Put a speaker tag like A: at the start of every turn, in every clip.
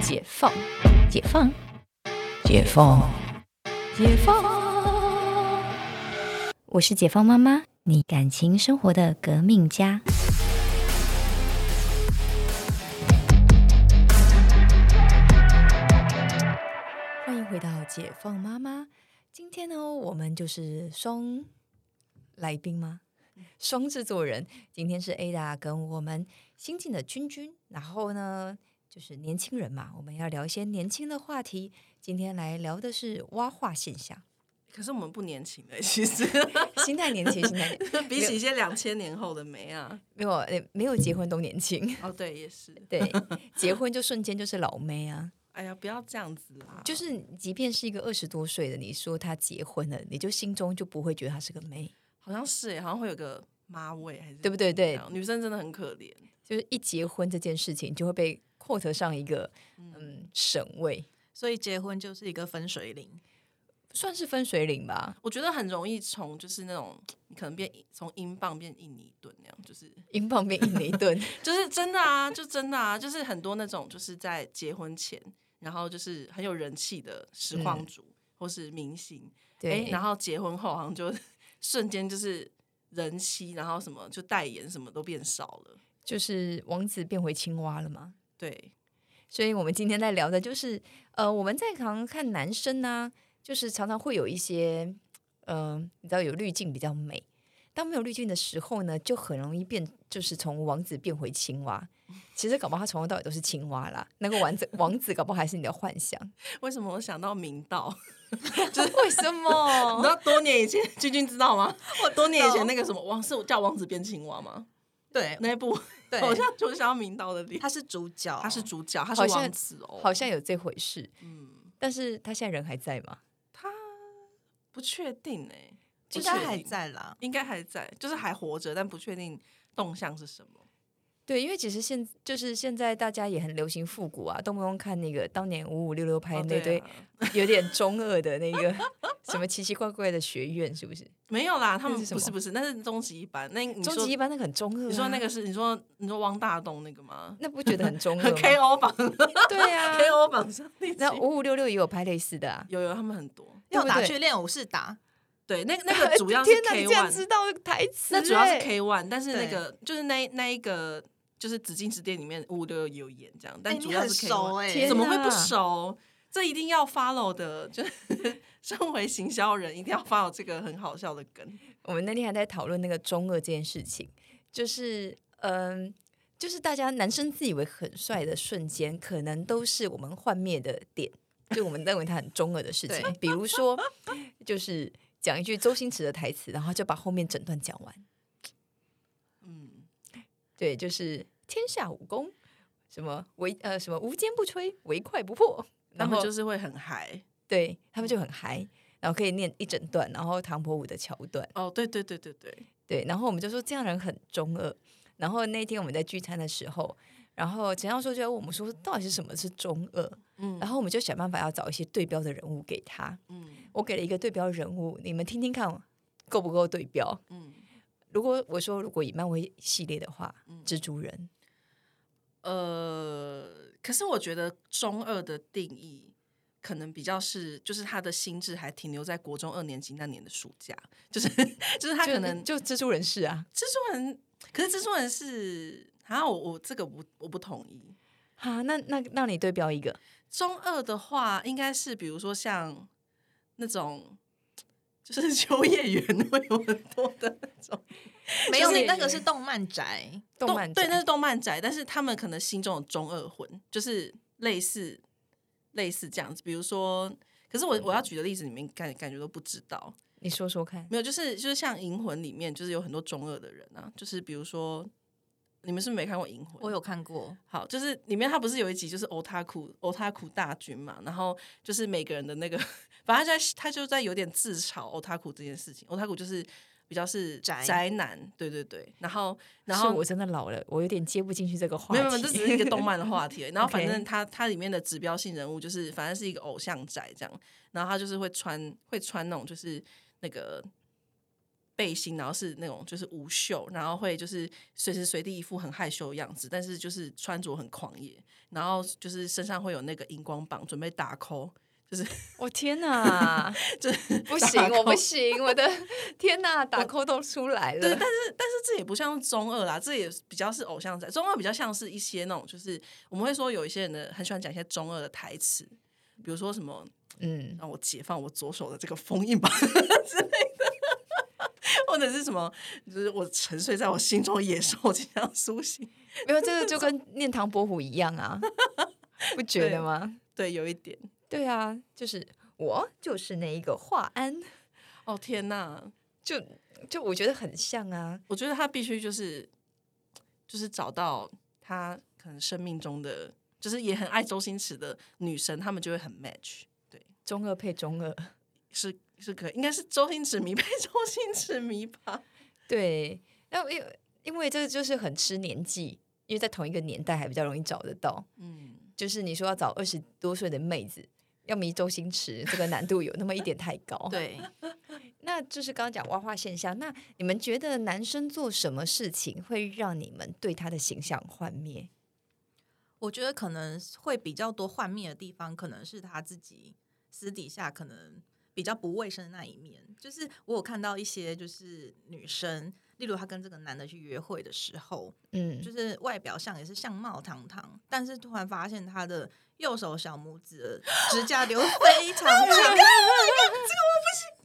A: 解放，解放，解放，解放。
B: 我是解放妈妈，你感情生活的革命家。
A: 欢迎回到解放妈妈。今天呢，我们就是双来宾吗？双制作人，今天是 Ada 跟我们新进的君君，然后呢，就是年轻人嘛，我们要聊一些年轻的话题。今天来聊的是蛙化现象，
C: 可是我们不年轻了， 其 实
A: 心态年轻，心态年轻
C: 比起一些两千年后的梅啊，
A: 没有呃没有结婚都年轻，
C: 哦对，也是，
A: 对，结婚就瞬间就是老妹啊。
C: 哎呀，不要这样子啦，
A: 就是即便是一个二十多岁的，你说她结婚了，你就心中就不会觉得她是个妹，
C: 好像是耶，欸好像会有个妈味，还是
A: 对不对？对，
C: 对？女生真的很可怜，
A: 就是一结婚这件事情就会被 quote 上一个嗯省位，
D: 所以结婚就是一个分水岭。
A: 算是分水岭吧。
C: 我觉得很容易从就是那种你可能变从英镑变印尼盾那样，就是
A: 英镑变印尼盾，
C: 就是真的啊，就真的啊，就是很多那种就是在结婚前，然后就是很有人气的实
D: 嗯
C: 况主、或是明星，
A: 对
C: 诶然后结婚后好像就 瞬间就是人妻，然后什么就代言什么都变少了，
A: 就是王子变回青蛙了嘛。
C: 对，
A: 所以我们今天在聊的就是，呃，我们在常常看男生呢、就是常常会有一些，呃，你知道有滤镜比较美。当没有滤镜的时候呢，就很容易变，就是从王子变回青蛙。其实搞不好他从头到尾都是青蛙啦，那个王子王子搞不好还是你的幻 想。
C: 为什么我想到明 道？
A: 为什
C: 你
A: 么
C: 知？道多年以前，君君知 道吗？我多年以前那个什么王是叫王子变青蛙吗？
D: 对，
C: 那一部，
D: 对
C: 好像就是要明道的脸，
D: 他是主角，
C: 他是主角，他
A: 好
C: 是
A: 像
C: 王子哦，
A: 好像有这回事，
C: 嗯，
A: 但是他现在人还在吗？
C: 他不确定哎、不
D: 应该
C: 确
D: 还
C: 定，
D: 在啦。
C: 应该还在，就是还活着，但不确定动向是什么。
A: 对，因为其实现就是现在大家也很流行复古啊，动不动看那个当年五五六六拍
C: 哦
A: 那
C: 对
A: 堆、
C: 啊
A: 有 点中二的那个什么奇奇怪怪的学院，是不是？
C: 没有啦，他
A: 那
C: 们
A: 是什
C: 不是
A: 么
C: 不是，那是终极一班。那你
A: 终
C: 说
A: 极一班那个很中二、啊
C: 你说那个，是你说你说汪大东那个吗
A: 那不觉得很 中二吗？
C: ？KO 榜
A: 对 啊，
C: ，KO 榜上那
A: 那
C: 集
A: 五五六六也有拍类似的啊。
C: 有有他们很多。
A: 对
D: 要
A: 不
D: 打
A: 对
D: 去练武是打，
C: 对，那那个主要是
A: 天你
C: K
A: 竟然
C: one，
A: 知道台词欸、
C: 那主要是 K one，但是那
D: 对
C: 个就是那那一个就是紫禁之巅里面五六有演这样，但
D: 哎
C: 主
D: 你
C: 要
D: 很
C: 是 K
D: 熟
C: one，、
D: 哎、
A: 天
C: 怎么会
A: 哪
C: 不熟？这一定要 follow 的，就是 身为行销人一定要 follow 这个很好笑的梗。
A: 我们那天还在讨论那个中二这件事情，就是嗯、就是大家男生自以为很帅的瞬间，可能都是我们幻灭的点，就我们认为他很中二的事情
D: 对。
A: 比如说，就是讲一句周星驰的台词，然后就把后面整段讲完。
C: 嗯，
A: 对，就是天下武功，什么唯呃什么无坚不摧，唯快不破。
C: 他
A: 然后
C: 们就是会很嗨。
A: 对他们就很嗨，然后可以念一整段，然后唐伯虎的桥段。
C: 哦，对对对对对，
A: 对，然后我们就说这样人很中二。然后那天我们在聚餐的时候，然后陈教授就问我们说，到底是什么是中二？
C: 嗯
A: 然后我们就想办法要找一些对标的人物给他。
C: 嗯
A: 我给了一个对标人物，你们听听看够不够对标？
C: 嗯
A: 如果我说如果以漫威系列的话，
C: 嗯
A: 蜘蛛人
C: 呃，可是我觉得中二的定义可能比较是，就是他的心智还停留在国中二年级那年的暑假，就是就是他
A: 就
C: 可能
A: 就蜘蛛人是啊，
C: 蜘蛛人，可是蜘蛛人是啊，我我这个不我不同意。
A: 哈、那那那你对标一个，
C: 中二的话，应该是比如说像那种。就是 秋叶原会有很多的那种
D: 没有
A: 就是
D: 你那个是动漫宅，
A: 动漫
C: 对，
A: 宅
C: 那是动漫宅，但是他们可能心中有中二魂，就是类似类似这样子。比如说，可是我我要举的例子，你们感感觉都不知道，
A: 你说说看。
C: 没有，就是就是像《银魂》里面，就是有很多中二的人啊，就是比如说，你们是不是没看过《银魂》？
D: 我有看过，
C: 好，就是里面他不是有一集就是 otaku otaku 大军嘛，然后就是每个人的那个， 反正他就在他就在有点自嘲 otaku 这件事情，otaku 就是比较是
D: 宅
C: 宅男，对对对，然后然后
A: 是我真的老了，我有点接不进去这个话
C: 没
A: 题。
C: 有没有，这只是一个动漫的 话题而已。然后
A: OK
C: 反正它它里面的指标性人物就是，反正是一个偶像宅这样。然后他就是会穿会穿那种就是那个背心，然后是那种就是无袖，然后会就是随时随地一副很害羞的样子，但是就是穿着很狂野，然后就是身上会有那个荧光棒准备打 call，
A: 我天 哪，
C: 就是
A: 不
C: 打
A: 行，我
C: call
A: 不行，我的天哪，打扣都出来
C: 对，
A: 了
C: 但。是但是这也不像中二啦，这也比较是偶像仔。中二比较像是一些那种，就是我们会说有一些人的很喜欢讲一些中二的台词，比如说什么
A: 嗯，
C: 让我解放我左手的这个封印吧之类的，或者是什么，就是我沉睡在我心中的野兽即将苏醒。
A: 没有，这个就跟念唐伯虎一样啊，不觉得吗？
C: 对，有一点。
A: 对啊，就是我就是那一个华安，
C: 哦天哪，
A: 就就我觉得很像啊。
C: 我觉得他必须就是就是找到他可能生命中的，就是也很爱周星驰的女神，他们就会很 match。对。
A: 中二配中二，
C: 是是可以，应该是周星驰迷 配周星驰迷
A: 嗯
C: 吧？
A: 对，那因为因为这个就是很吃年纪，因为在同一个年代还比较容易找得到。
C: 嗯，
A: 就是你说要找二十多岁的妹子，要迷周星驰，这个难度有那么一点太高。，
D: 对，
A: 那就是刚刚讲挖化现象。那你们觉得男生做什么事情会让你们对他的形象幻灭？
D: 我觉得可能会比较多幻灭的地方，可能是他自己私底下可能比较不卫生的那一面。就是我有看到一些就是女生，例如她跟这个男的去约会的时候，
A: 嗯，
D: 就是外表上也是相貌堂堂，但是突然发现她的右手小拇指的指甲 留非常
A: ，Oh
D: 长，这个我不行，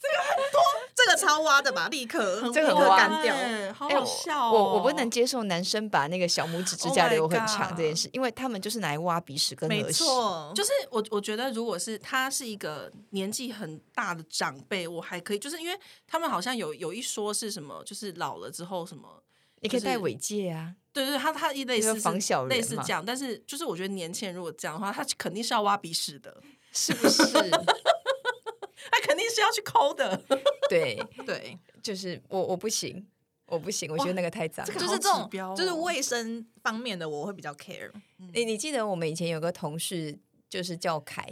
D: 这个很多，这个超挖的吧，立刻
A: 这个
D: 立
A: 很
D: 刻
A: 挖
D: 干掉。
C: 哎好
A: 哎
C: 好
A: 我
C: 笑哦！
A: 我我不能接受男生把那个小拇指指
C: Oh
A: 甲
C: my
A: 留很长
C: God
A: 这件事因为他们就是拿来挖鼻屎跟
D: 没
A: 耳屎。
D: 错，
C: 就是我，我觉得如果是他是一个年纪很大的长辈，我还可以，就是因为他们好像有有一说是什么，就是老了之后什么，
A: 你可以
C: 就是
A: 戴尾戒啊，
C: 对对，他他一类
A: 就是
C: 似是
A: 防小人
C: 类似
A: 嘛
C: 这样，但是就是我觉得年轻人如果这样的话，他肯定是要挖鼻屎的，
A: 是不是？
C: 他肯定是要去抠的，
A: 对，
D: 对，
A: 就是我我不行，我不行，我觉得那个太脏。
C: 这个
D: 就
C: 好
D: 是这
C: 指
D: 种
C: 标
D: 就是
C: 哦
D: 卫生方面的，我会比较 care。
A: 你你记得我们以前有个同事就是叫凯，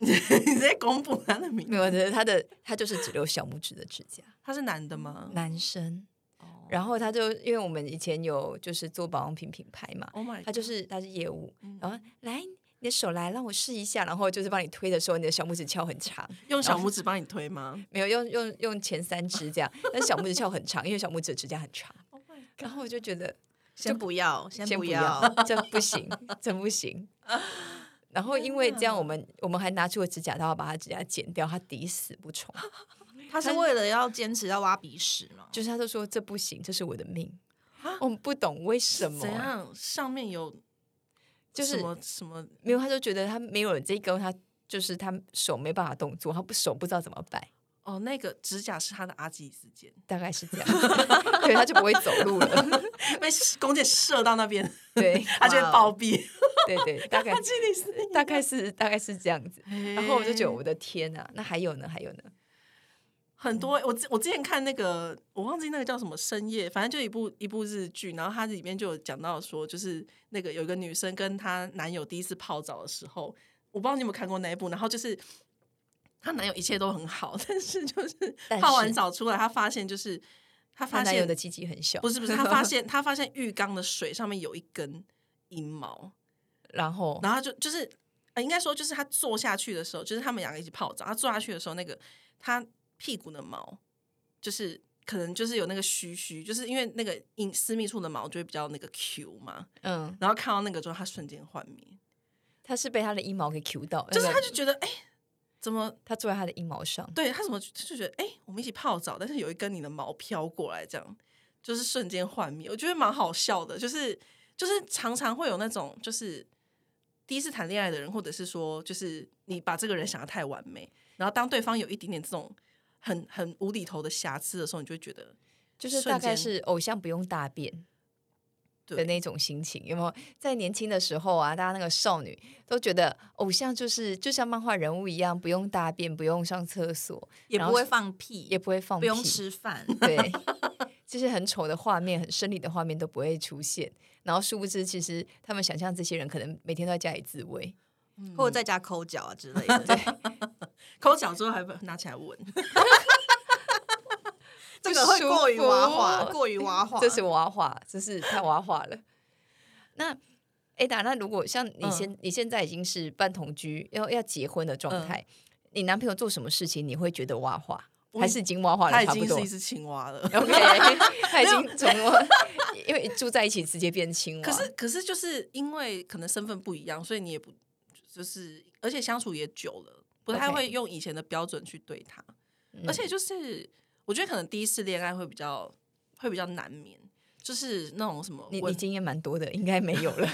C: 你直接公布他的名
A: 没
C: 字，
A: 有，他的他就是只留小拇指的指甲，
C: 他是男的吗？
A: 男生。
C: 哦
A: 然后他就因为我们以前有就是做保养品品牌嘛，
C: ，Oh my，
A: 他就是是他是业务
C: 嗯，
A: 然后来你的手来让我试一下，然后就是帮你推的时候，你的小拇指翘很 长，
C: 用小拇指帮你推吗？
A: 没有用用用前三指这样， 但小拇指翘很长，因为小拇指的指甲很长。啊
C: Oh
A: 然后我就觉得
D: 先不要，先
A: 先
D: 不
A: 不要，这不行， 真不 行。然后因为这样，我们我们还拿出了指甲刀把他指甲剪掉，他抵死不 从。
D: 他是为了要坚持要挖鼻屎嘛？
A: 就是他就说这不行，这是我的命。我们不懂为 什么
C: 啊怎
A: 欸，
C: 样？上面有
A: 就是
C: 什么什么？
A: 没有，他就觉得他没有了这一根，他就是他手没办法动作，他不手不知道怎么摆，
C: 哦，那个指甲是他的阿基斯腱，
A: 大概是这样，对，他就不会走路了，
C: 被弓箭射到那边，
A: 对，
C: 他就会暴毙。
A: 对对，大 概
C: 阿基里斯，
A: 大概是大概是这样子。然
C: 然
A: 后我就觉得我的天啊，那还有呢，还有呢，
C: 很
A: 嗯
C: 多。我之我之前看那个，我忘记那个叫什么深夜，反正就一部一部日剧，然后它里面就有讲到说，就是那个有一个女生跟她男友第一次泡澡的时候，我不知道你有没有看过那一部，然后就是。她男友一切都很好， 但是就是
A: 但
C: 泡完
A: 是
C: 澡出来，她发现就是她
A: 她
C: 发
A: 男友
C: 现
A: 的鸡鸡哦很小，
C: 不是不是，他发现他发现浴缸的水上面有一根阴毛，
A: 然后
C: 然后他就就是呃，应该说就是他坐下去的时候，就是他们两个一起泡澡，他坐下去的时候，那个他屁股的毛就是。可能就是有那个须须，就是因为那个隐私密处的毛就会比较那个 Q 嘛，
A: 嗯，
C: 然后看到那个之后，他瞬间幻灭，
A: 他是被他的阴毛给 Q 到，
C: 就是
A: 那
C: 他
A: 个
C: 就觉得哎、怎么
A: 他坐在他的阴毛上，
C: 对他怎么他就觉得哎、我们一起泡澡，但是有一根你的毛飘过来，这样就是瞬间幻灭，我觉得蛮好笑的。就是就是常常会有那种就是第一次谈恋爱的人，或者是说就是你把这个人想的太完美，然后当对方有一点点这种很很无厘头的瑕疵的时候，你就会觉得
A: 就是
C: 瞬
A: 大概
C: 间
A: 是偶像不用大便的
C: 对
A: 那种心情，有没有？在年轻的时候啊，大家那个少女都觉得偶像就是就像漫画人物一样，不用大便，不用上厕所，
D: 也
A: 然
D: 不
A: 后
D: 会放屁，
A: 也不会放
D: 不用
A: 屁，
D: 吃饭。
A: 对， 这些很丑的画面、很生理的画面都不会出现。然后殊不知，其实他们想象这些人可能每天都在家里自慰，
D: 或
A: 嗯
D: 者在家抠脚啊 之类的，对，
C: 抠脚之后还拿起来闻，
D: 这个会过于挖化，
A: 不舒服
D: 过于挖化，
A: 这是挖化，这是太挖化了。 那 Ada，那如果像你现、你现在已经是半同居要要结婚的状态，你男朋友做什么事情你会觉得挖化，
C: 我
A: 还嗯是已经挖化
C: 他
A: 了
C: 已
A: 差不
C: 经
A: 多
C: 是一只青蛙了。
A: ？OK，他已经从我 因为住在一起直接变青蛙，
C: 可是可是就是因为可能身份不一样，所以你也不就是，而且相处也久了，不太
A: OK
C: 会用以前的标准去对他。
A: 嗯
C: 而且就是我觉得可能第一次恋爱会比较会比较难免，就是那种什么
A: 你
C: 问
A: 你经验蛮多的，应该没有了。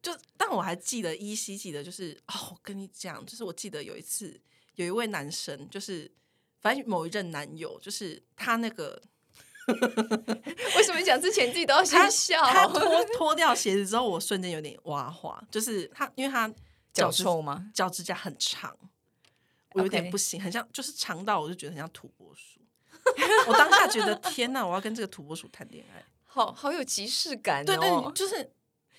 C: 就但我还记得依稀记得，就是哦，我跟你讲，就是我记得有一次有一位男生，就是反正某一任男友，就是他 那个
A: 为什么讲之前自己都要
C: 他
A: 先笑？
C: 他脱脱掉鞋子之后，我瞬间有点哇花，就是他因为他
A: 脚
C: 趾
A: 臭吗？
C: 脚指甲很长，我有
A: OK
C: 点不行很像就是长到我就觉得很像土拨鼠。 我当下觉得天哪，我要跟这个土拨鼠谈恋爱。
A: 好好有即视感哦。
C: 对对，就是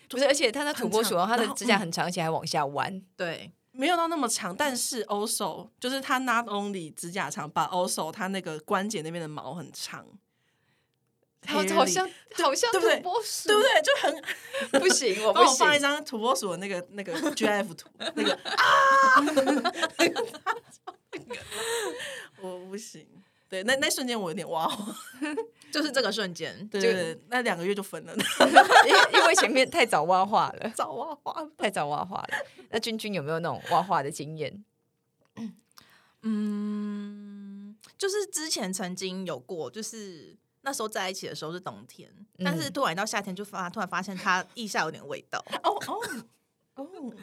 A: 不是，而且他的土拨鼠哦，他
C: 很长
A: 的
C: 然后
A: 指甲很长，而且还往下弯。
D: 对，
C: 没有到那么长，但 是 also 就是它 not only 指甲长，把 also 它那个关节那边的毛很长，
A: 好
C: Hairy
A: 好像好像
C: 对不对
A: 土拨鼠，
C: 对不对？就很
A: 对？不行，我
C: 帮
A: 不
C: 我放一
A: 行。
C: 张土拨鼠的那个那 个 GIF 图，那 个啊，我不行。对，那那瞬间我有点哇哦，
D: 就是这个瞬间，
C: 对对对，那两个月就分 了。
A: 因因为前面太早挖化了，
D: 早挖化。
A: 太早挖化了。那君君有没有那种挖化的经验？
D: 嗯，就是之前曾经有过，就是那时候在一起的时候是冬天，但是突然到夏天就发突然发现他腋下有点味道，
C: 哦哦哦，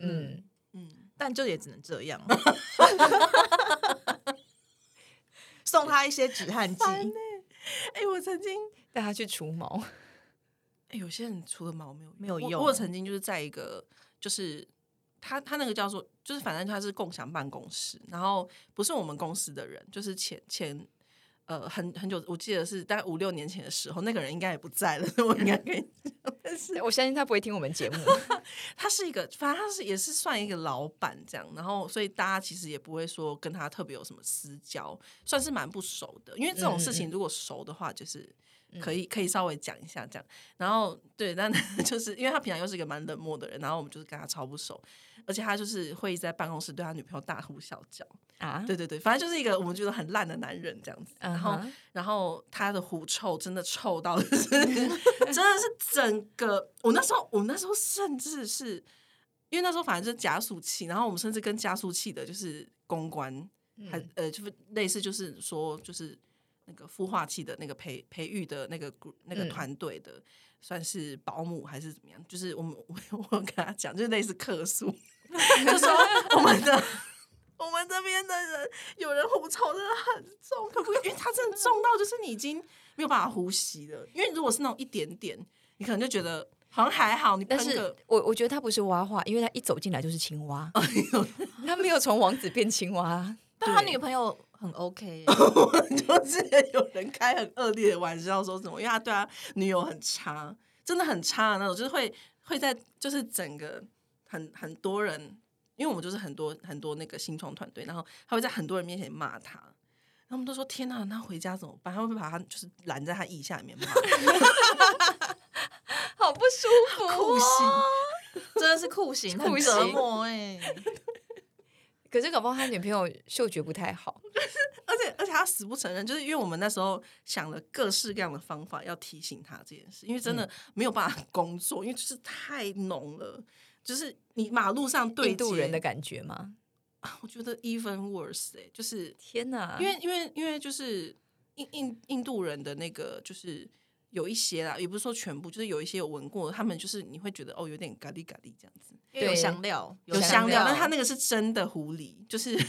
A: 嗯，
C: 嗯，
D: 但就也只能这样。送他一些止汗剂，
C: 哎、我曾经
A: 带他去除毛，
C: 欸有些人除了毛没有
D: 没有
C: 我
D: 用啊
C: 我有曾经就是在一个，就是他他那个叫做，就是反正他是共享办公室，然后不是我们公司的人，就是前前呃很很久，我记得是大概五六年前的时候，那个人应该也不在了， 我应该可以。
A: 我相信他不会听我们节目。
C: 他是一个，反正他是也是算一个老板这样，然后所以大家其实也不会说跟他特别有什么私交，算是蛮不熟的。因为这种事
A: 嗯嗯嗯
C: 情如果熟的话，就是可以可以稍微讲一下这样。然后对，但 就是因为他平常又是一个蛮冷漠的人，然后我们就是跟他超不熟，而且他就是会一直在办公室对他女朋友大呼小叫。
A: 啊，
C: 对对对，反正就是一个我们觉得很烂的男人这样子。然
A: 嗯
C: 后
A: 哼，
C: 然后他的狐臭真的臭到， 就是真的是整个。我那时候，我那时候甚至是因为那时候反正就是加速器，然后我们甚至跟加速器的就是公关，还
A: 嗯
C: 呃，就是类似就是说就是那个孵化器的那个培培育的那个 group- 那个
A: 嗯
C: 团队的。算是保姆还是怎么样？就是我们 我我有跟他讲，就是类似客诉， 就说我们的我们这边的人有人狐臭真的很重，可不可以？因为它真的重到就是你已经没有办法呼吸了。因为如果是那种一点点，你可能就觉得好像还好，你喷
A: 但是
C: 个
A: 我我觉得他不是挖化，因为他一走进来就是青蛙，他没有从王子变青蛙。
D: 但他女朋友很 OK，耶
C: 就是有人开很恶劣的玩笑说什么，因为他对他女友很差，真的很差的那种，就是会会在就是整个很很多人，因为我们就是很多很多那个新创团队，然后他会在很多人面前骂他。然后我们都说天呐，那回家怎么办？他会不会把他就是拦在他腋下里面骂？
A: 好不舒服、
D: 啊
C: 酷刑，
D: 真的是酷刑，
A: 酷
D: 很
A: 刑
D: 折磨哎、
A: 可是搞不好他女朋友嗅觉不太好，
C: 而且而且他死不承认，就是因为我们那时候想了各式各样的方法要提醒他这件事，因为
A: 嗯
C: 真的没有办法工作，因为就是太浓了，就是你马路上对
A: 印度人的
C: 感，
A: 感觉吗？
C: 我觉得 even worse 哎、就是
A: 天哪！
C: 因为因为因为就是印印印度人的那个就是。有一些啦，也不是说全部，就是有一些有闻过，他们就是你会觉得哦，有点咖喱咖喱这样子，
D: 因为有
A: 对
D: 香料，
C: 有香料，但
D: 但
C: 他那个是真的狐狸，就是就是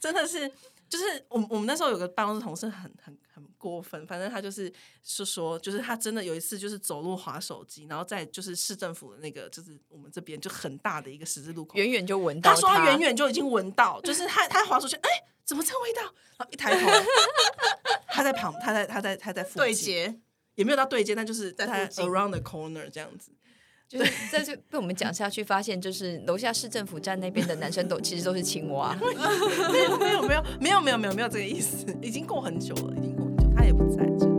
C: 真的是就是我们我们那时候有个办公室同事很很很过分，反正他就是是说就是他真的有一次就是走路滑手机，然后在就是市政府的那个就是我们这边就很大的一个十字路口，
A: 远远就闻到
C: 他说他远远就已经闻到，就是他他滑出去，哎、怎么这个味道？然后一抬头，他在旁，他在他在他在附近
D: 对接，
C: 也没有到对接，但就是
D: 在
C: 他
D: 附近
C: around the corner 这样子。
A: 就是在这被我们讲下去，发现就是楼下市政府站那边的男生都其实都是青蛙。
C: 没有没有没有没有没有没有这个意思，已经过很久了，已经过很久，他也不在这里。